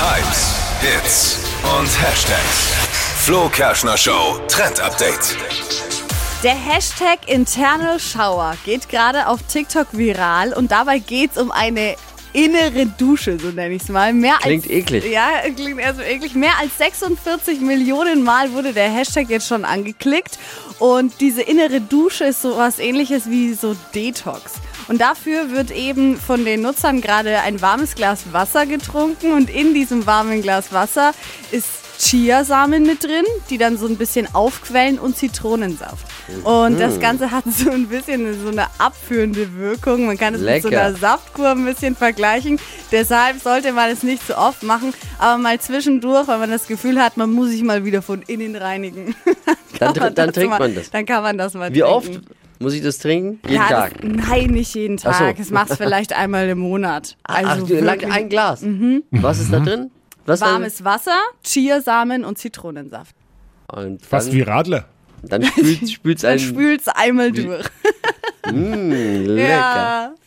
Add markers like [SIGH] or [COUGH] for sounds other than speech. Hypes, Hits und Hashtags. Flo Kerschner Show Trend Update. Der Hashtag Internal Shower geht gerade auf TikTok viral und dabei geht's um eine innere Dusche, so nenne ich es mal. Mehr Klingt als, eklig. Ja, klingt erstmal eklig. Mehr als 46 Millionen Mal wurde der Hashtag jetzt schon angeklickt und diese innere Dusche ist so was ähnliches wie so Detox. Und dafür wird eben von den Nutzern gerade ein warmes Glas Wasser getrunken und in diesem warmen Glas Wasser ist Chiasamen mit drin, die dann so ein bisschen aufquellen und Zitronensaft. Und das Ganze hat so ein bisschen so eine abführende Wirkung. Man kann es mit so Lecker. einer Saftkur ein bisschen vergleichen. Deshalb sollte man es nicht so oft machen, aber mal zwischendurch, wenn man das Gefühl hat, man muss sich mal wieder von innen reinigen. [LAUGHS] Dann, Kann man tr- dann das trinkt mal- man das. Dann kann man das mal Wie oft trinken. muss ich das trinken? Jeden ja, Tag. Das, nein, nicht jeden Ach so. Tag. Es macht [LAUGHS] vielleicht einmal im Monat. Ach, Also du, lang, wirklich Mhm. ein Glas. Was ist da drin? Was da- warmes Wasser, Chiasamen und Zitronensaft. Und dann, Fast wie Radler. Dann spült es einen Spül's einmal durch. lecker. Ja.